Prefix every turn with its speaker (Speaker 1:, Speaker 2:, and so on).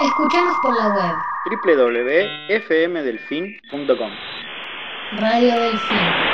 Speaker 1: Escuchanos por la web.
Speaker 2: www.fmdelfin.com
Speaker 1: Radio Delfín.